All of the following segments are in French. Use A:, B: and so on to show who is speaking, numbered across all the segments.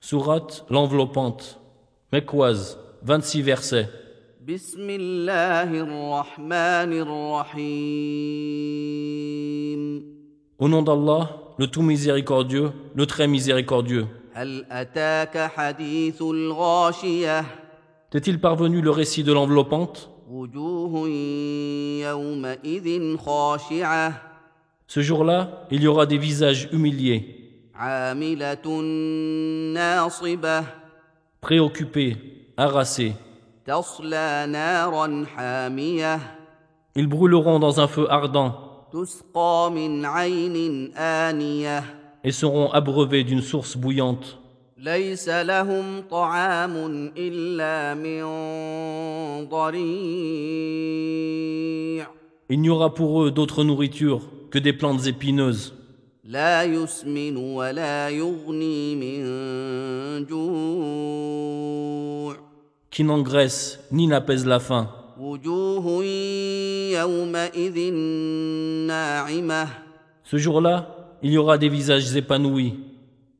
A: Sourate l'enveloppante, Mekwaz, 26 versets.
B: بسم الله الرحمن الرحيم
A: Au nom d'Allah, le tout miséricordieux, le très miséricordieux.
B: هل أتاك حديث الغاشية
A: T'est-il parvenu le récit de l'enveloppante
B: وجوه يومئذ خاشعة
A: Ce jour-là, il y aura des visages humiliés,
B: عاملة ناصبة
A: préoccupés, harassés.
B: تصلى نارا حامية
A: Ils brûleront dans un feu ardent
B: تسقى من عين آنية
A: et seront abreuvés d'une source bouillante.
B: ليس لهم طعام إلا من ضريع
A: Il n'y aura pour eux d'autre nourriture que des plantes épineuses.
B: لا يسمن ولا يغني من جوع
A: qui n'engraisse ni n'apaise la faim.
B: وجوه يومئذ ناعمة
A: Ce jour-là, il y aura des visages épanouis,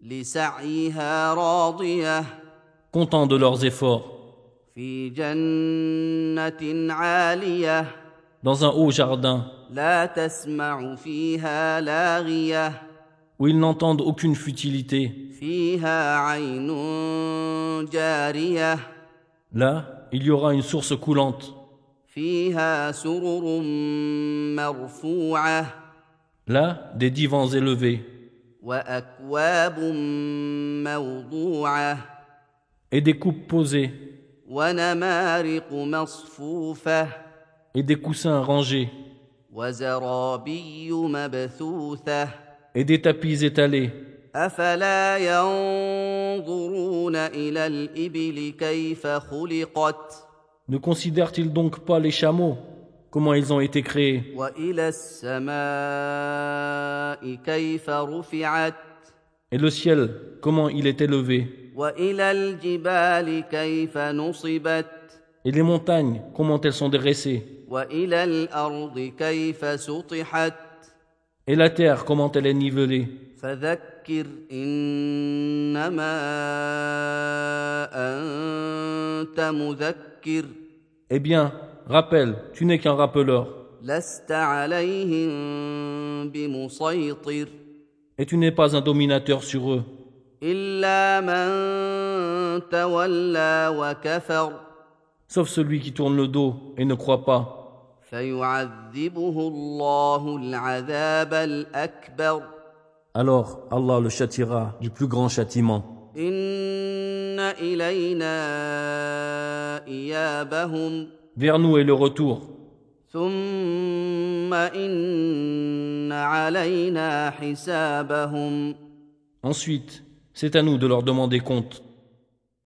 B: لسعيها راضية
A: contents de leurs efforts,
B: في جنة عالية
A: dans un haut jardin,
B: لا تسمع فيها لاغية
A: où ils n'entendent aucune futilité.
B: فيها عين جارية
A: Là, il y aura une source coulante.
B: فيها سرر مرفوعة
A: Là, des divans élevés
B: وأكواب موضوعة
A: et des coupes posées
B: ونمارق مصفوفة
A: et des coussins rangés
B: وزرابي مبثوثة
A: et des tapis étalés.
B: أفلا ينظرون إلى الإبل كيف خلقت
A: Ne considèrent-ils donc pas les chameaux Comment ils ont été créés
B: وإلى السماء كيف رفعت
A: Et le ciel, comment il est élevé
B: وإلى الجبال كيف نصبت
A: Et les montagnes, comment elles sont dressées
B: وإلى الأرض كيف سطحت
A: Et la terre, comment elle est nivelée
B: فذكر إنما أنت مذكر
A: Eh bien, rappelle, tu n'es qu'un rappeleur,
B: لست عليهم بمسيطر
A: et tu n'es pas un dominateur sur eux,
B: إلا من تولى وكفر
A: sauf celui qui tourne le dos et ne croit pas.
B: فيعذبه الله العذاب الأكبر
A: Alors Allah le châtiera du plus grand châtiment.
B: إن إلينا إيابهم
A: Vers nous est le retour,
B: ثم إن علينا حسابهم
A: ensuite c'est à nous de leur demander compte.